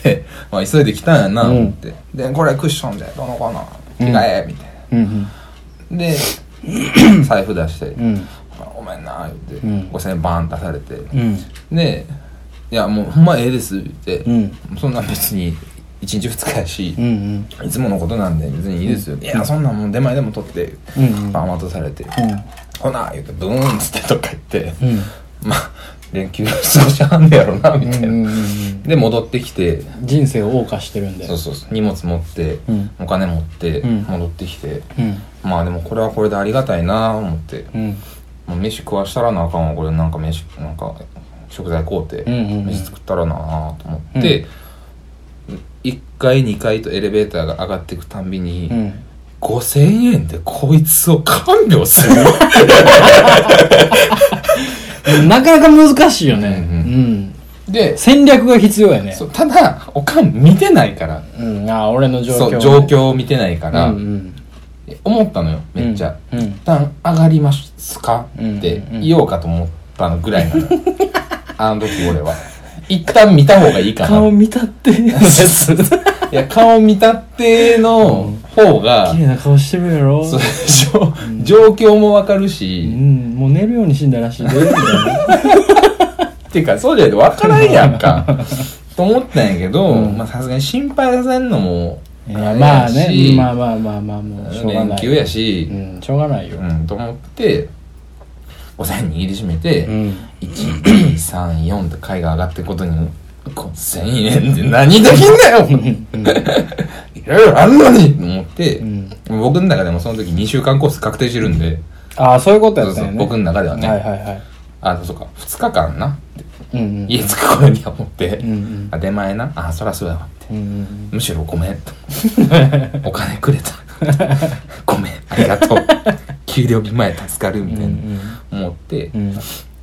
S3: で、まあ、急いで来たんやな
S2: うん
S3: 思って、でこれクッションでどうのこうの着替え、みたい
S2: うん。
S3: なで財布出して「
S2: うん。
S3: ごめんな」言って、
S2: うん
S3: 5000円バーン出されて、
S2: うん。
S3: で「いやもうほんまええです」って、
S2: うん。
S3: そんな別に1日2日やし、
S2: うん。
S3: いつものことなんで別にいいですよ、いやそんなんもう出前でも取って
S2: うん。うん。
S3: バーマとされて、
S2: う
S3: ほな言うてブーンっつってとか言って、
S2: ん。うん。
S3: まあ連休過ごしはんねやろなみたいな、
S2: うんうんうん
S3: で戻ってきて
S2: 人生を謳歌してるんで。
S3: そうそうそう荷物持って、
S2: うん
S3: お金持って、
S2: うん
S3: 戻ってきて
S2: うん。
S3: まあでもこれはこれでありがたいなあ思って、
S2: うん。
S3: もう飯食わしたらなあかんわこれなんか飯なんか食材買うて、
S2: うんうんうん
S3: 飯作ったらなあと思って、1階2階とエレベーターが上がっていくたんびに、
S2: うん。
S3: 5000円でこいつを看病する
S2: なかなか難しいよね。
S3: う
S2: うんん。
S3: で
S2: 戦略が必要やね
S3: そ。うただおかん見てないから
S2: うん。ああ、俺の状況
S3: そ
S2: をね。
S3: う状況を見てないから、
S2: うんうん。
S3: 思ったのよめっちゃ、
S2: うんうん
S3: 一旦上がりますか
S2: うん
S3: って
S2: うん
S3: 言おうかと思ったのぐらい なの、あの時俺は一旦見た方がいいかな
S2: 顔見た って。
S3: いや顔見たっての方が、
S2: 綺麗な顔してるやろ。
S3: そう状状況もわかるし
S2: う、ん。もう寝るように死んだら しいで。みたいな
S3: っていうかそうじゃないと分からんや んかと思ったんやけど
S2: うん
S3: まあさすがに心配させんのも
S2: い
S3: あ
S2: や
S3: れ
S2: まあ
S3: や
S2: ね。
S3: し
S2: まあまあまあまあ、もうしょうがない。
S3: 連休やし
S2: う、ん。しょうがないよ
S3: う。ん、と思ってお銭握りしめて、
S2: うん。
S3: 1234って階が上がっていくことに5000円で何できんだよいろいろあるのにと思って、
S2: うん
S3: 僕の中でもその時2週間コース確定してるんで、
S2: ああ、そういうことや
S3: そう
S2: ったん
S3: そ
S2: や
S3: う
S2: ね。
S3: 僕の中ではね、
S2: はいはいはい。
S3: あそうか2日間な
S2: うんうん。
S3: 家着く頃には思って、
S2: うんうん
S3: あ出前なあそらそうやわっ
S2: う
S3: て
S2: んうん
S3: むしろごめ んとお金くれたごめんありがとう給料日前助かるみたいな思って、
S2: うん。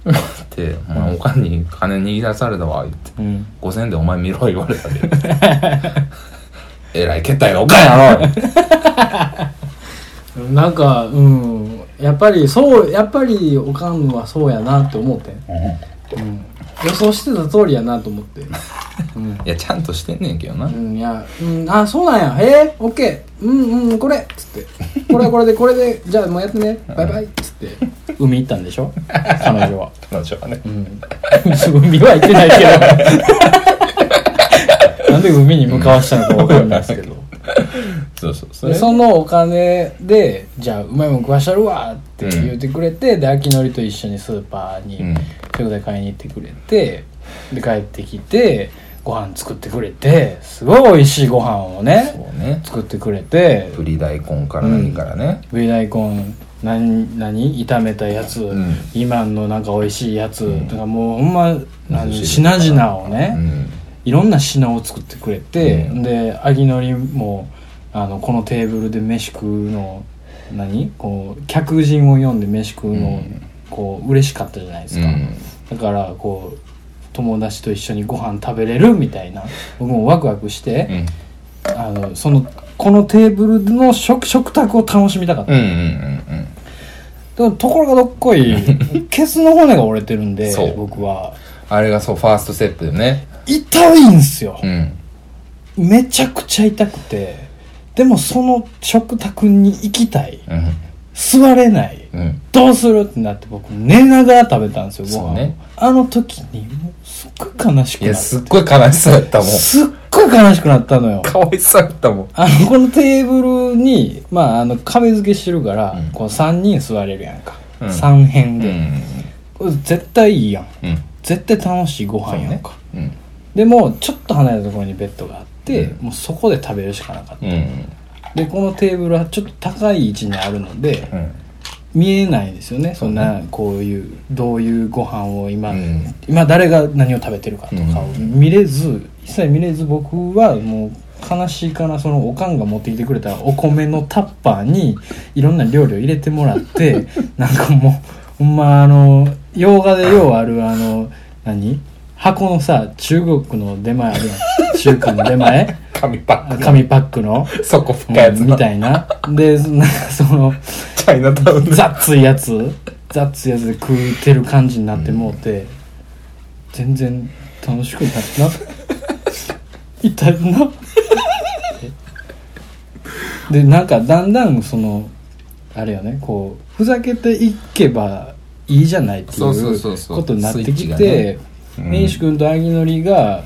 S3: 思って、まあ、おかんに金握り出されたわ言って
S2: うん。うん。
S3: 5000円でお前見ろ言われたで えらいけったいがおかんやろ
S2: なんかうんやっぱりそうやっぱりおかんはそうやなって思って、うん、予想してた通りやなと思ってうん、
S3: いやちゃんとしてんねんけどな、
S2: うん、いや、うん、あそうなんやえー、オッケーうんうんこれっつってこれはこれでこれでじゃあもうやってねバイバイっつって海行ったんでしょ彼女は
S3: 彼女はね
S2: うん海は行ってないけどなんで海に向かわしたのかわかんないですけど
S3: そうそうそ
S2: で
S3: れ
S2: そのお金でじゃあうまいもん食わしたるわって言ってくれて、で秋のりと一緒にスーパーに
S3: うん
S2: 食材買いに行ってくれてで帰ってきてご飯作ってくれてすごい美味しいご飯を
S3: そう
S2: ね
S3: ね
S2: 作ってくれて
S3: プリ大根から何からね、
S2: 上大根何何炒めたやつ、
S3: ん
S2: 今のなんか美味しいやつ、
S3: うん
S2: とかもうほんま何
S3: 美味しい
S2: 品々をね、
S3: うん
S2: いろんな品を作ってくれて、
S3: うん
S2: で秋のりもあのこのテーブルで飯食うの何こう客人を呼んで飯食うの、
S3: うん
S2: こう嬉しかったじゃないですか、
S3: うん
S2: だからこう友達と一緒にご飯食べれるみたいな僕もワクワクして、あのそのこのテーブルの食食卓を楽しみたかった、
S3: うんうんうん
S2: でもところがどっこ いケツの骨が折れてるんで
S3: そう
S2: 僕は
S3: あれがそうファーストステップでね
S2: 痛いんすよ、
S3: うん
S2: めちゃくちゃ痛くてでもその食卓に行きたい
S3: うん
S2: 座れない
S3: うん
S2: どうするってなって僕寝ながら食べたんですよご飯
S3: そう
S2: を、
S3: ね
S2: あの時にもうすっごい悲しく
S3: い
S2: な
S3: や
S2: っ
S3: すっごい悲しそうやったもん
S2: すっごい悲しくなったのよ
S3: かわいそうやったもん
S2: あのこのテーブルに、まあ、あの壁付けしてるから、
S3: うん
S2: こう3人座れるやんか、
S3: うん
S2: 3辺
S3: うん
S2: で、これ絶対いいやん
S3: うん
S2: 絶対楽しいご飯やんか、
S3: そうね
S2: でもうちょっと離れたところにベッドがあって、
S3: うん
S2: もうそこで食べるしかなかった、
S3: うんうん
S2: でこのテーブルはちょっと高い位置にあるので、
S3: うん
S2: 見えないですよねそん
S3: そう
S2: なこういうどういうご飯を今、
S3: うん
S2: 今誰が何を食べてるかとかを見れず、一切見れず僕はもう悲しいからそのおかんが持ってきてくれたお米のタッパーにいろんな料理を入れてもらって なんかもうほんまあの洋画でようあるあの何箱のさ中国の出前あるやん中華の出前
S3: 紙パッ
S2: あ
S3: ク
S2: 紙パックの、
S3: そこ深いやつ
S2: うんみ
S3: い
S2: たいなでなんかその
S3: チャイナタウン の
S2: 雑いやつ雑いやつで食うてる感じになってもうて、全然楽しくなってな 痛いな でなんかだんだんそのあれよねこうふざけていけばいいじゃないってい
S3: そうそううそうそう
S2: ことになって
S3: スイッチ
S2: き
S3: が
S2: て
S3: ねうん
S2: 根岸、君とアギノリが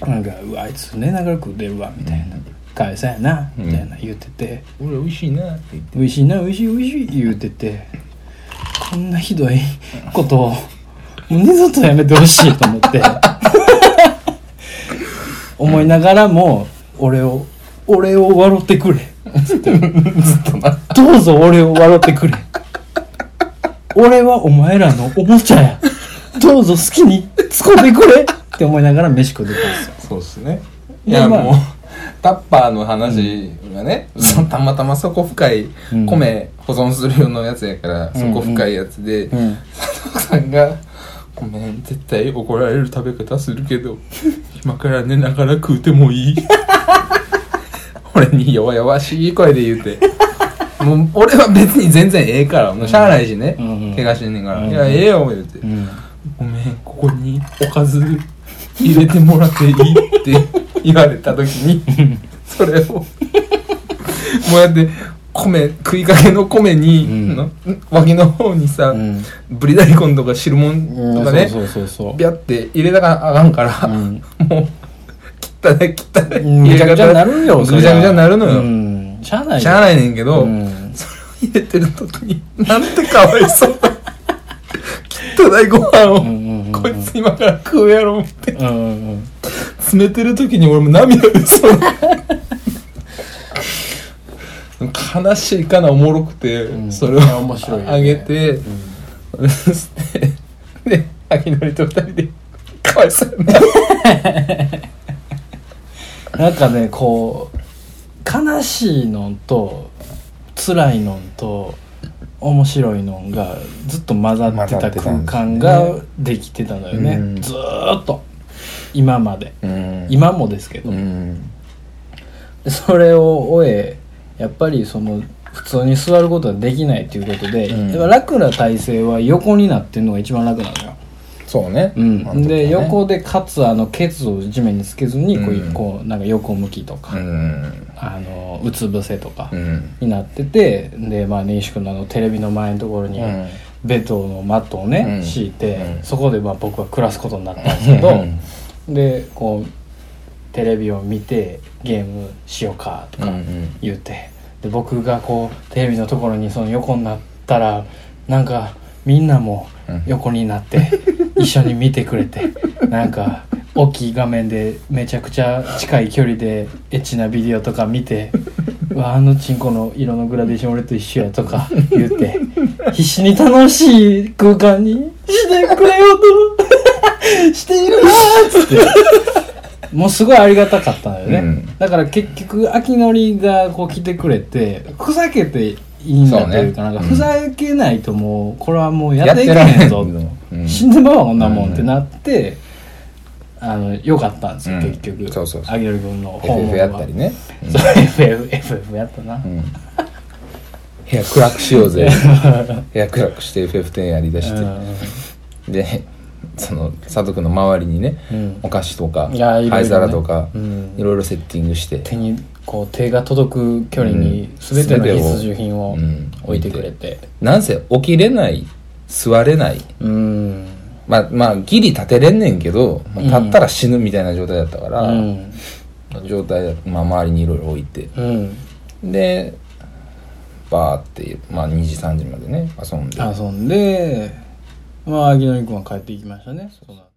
S2: なんか「うわあいつ寝ながら食うてるわ」みたいな「返さやな」みたいな言ってて。
S3: 俺美味しいなって言って
S2: 美味しいな美味しい美味しい言うててこんなひどいことをもう二度とやめてほしいと思って思いながらも俺を俺を笑ってくれ
S3: ずっとな
S2: どうぞ俺を笑ってくれ俺はお前らのおもちゃやどうぞ好きに使ってくれって思いながら飯食ってたんですよ
S3: そうですね
S2: で
S3: いや、
S2: まあ
S3: もう タッパーの話がね、そのたまたまそこ深い
S2: うん
S3: 米保存するようなやつやから、そこ深いやつで、
S2: うん
S3: 佐藤さんが「ごめん絶対怒られる食べ方するけ ど今から寝ながら食うてもいい? 」俺に弱々しい声で言うて。もう俺は別に全然ええからもうしゃあないしね、
S2: うん
S3: 怪我してんねんから「
S2: うん
S3: いやええよ」言うて、
S2: うん
S3: ごめんここにおかず入れてもらっていいって言われた時にそれをもうやって米食いかけの米に、
S2: うん
S3: の脇の方にさ、
S2: うん
S3: ぶり大根とか汁物とかね、
S2: そうそうそう
S3: ビャって入れたかあかんから、
S2: うん
S3: もう汚い汚い
S2: ぐちゃぐちゃになるよ
S3: ぐ
S2: そり
S3: ちゃぐちゃになるのよ、
S2: うんしゃあない
S3: しゃあないねんけど、
S2: うん
S3: それを入れてる時になんてかわい そうな汚いご飯を、
S2: うんうんうんうん
S3: こいつ今から食うやろって
S2: うんうんうん
S3: 詰めてる時に俺も涙出そうな悲しいかなおもろくて、
S2: ん
S3: それ
S2: い
S3: を
S2: や面白いよね
S3: あげて、そしてで秋のりと二人でかわいそうやな
S2: なんかねこう悲しいのんと辛いのんと面白いのんがずっと混ざって
S3: 混ざ
S2: た
S3: ってたん
S2: 空
S3: ですね
S2: 間ができてたのよね
S3: うん
S2: ずーっと今まで
S3: うん
S2: 今もですけど、
S3: うん
S2: でそれを終えやっぱりその普通に座ることはできないということで、
S3: うん
S2: やっぱ楽な体勢は横になってるのが一番楽なのよ
S3: そうね、あ
S2: うん、
S3: の時は
S2: で
S3: ね
S2: 横でかつあのケツを地面につけずにこう,、
S3: うん
S2: こうなんか横向きとか、
S3: うん
S2: あのうつ伏せとか
S3: うん
S2: になっててでまあ根岸君のあのテレビの前のところに
S3: うん
S2: ベッドのマットをね、
S3: うん
S2: 敷いて、
S3: うん
S2: そこでまあ僕は暮らすことになったんですけどでこうテレビを見てゲームしようかと
S3: うんう
S2: か
S3: ん
S2: 言ってで僕がこうテレビのところにその横になったらなんかみんなも
S3: うん
S2: 横になって 一緒に見てくれてなんか大きい画面でめちゃくちゃ近い距離でエッチなビデオとか見 て「うわあのチンコの色のグラデーション俺と一緒や」とか言って必死に楽しい空間にしてくれようとしているなーっつって。もうすごいありがたかったのよね、
S3: うん
S2: だから結局秋のりがこう来てくれてふざけていいんだというか
S3: そ
S2: な
S3: うね
S2: んか
S3: うん
S2: ふざけないともうこれはもうやっていけへんぞ
S3: やってられへんぞうん
S2: 死んでまうわこんなもんって
S3: うん
S2: なって、あのよかったんですよ、
S3: うん
S2: 結局
S3: そうそうそう
S2: 秋のり君の訪
S3: FF
S2: 問
S3: やったりね、
S2: そう FFFF やったな、
S3: うん、部屋暗くしよ うぜ部屋暗くして FF10 やりだして、でその佐藤君の周りにね、
S2: うん
S3: お菓子とか
S2: いやいろいろね
S3: 灰皿とか、
S2: うん
S3: いろいろセッティングして
S2: 手にこう手が届く距離に
S3: うん
S2: 全ての
S3: 全てを
S2: 必需品を
S3: うん
S2: 置いてくれて
S3: なんせ起きれない座れない
S2: うん
S3: まあまあギリ立てれんねんけど、まあ
S2: うん
S3: 立ったら死ぬみたいな状態だったから、
S2: うん
S3: 状態まあ、周りにいろいろ置いて
S2: うん
S3: でバーって、まあ、2時3時までね遊んで
S2: 遊んでまあ秋のり君は帰っていきましたねその後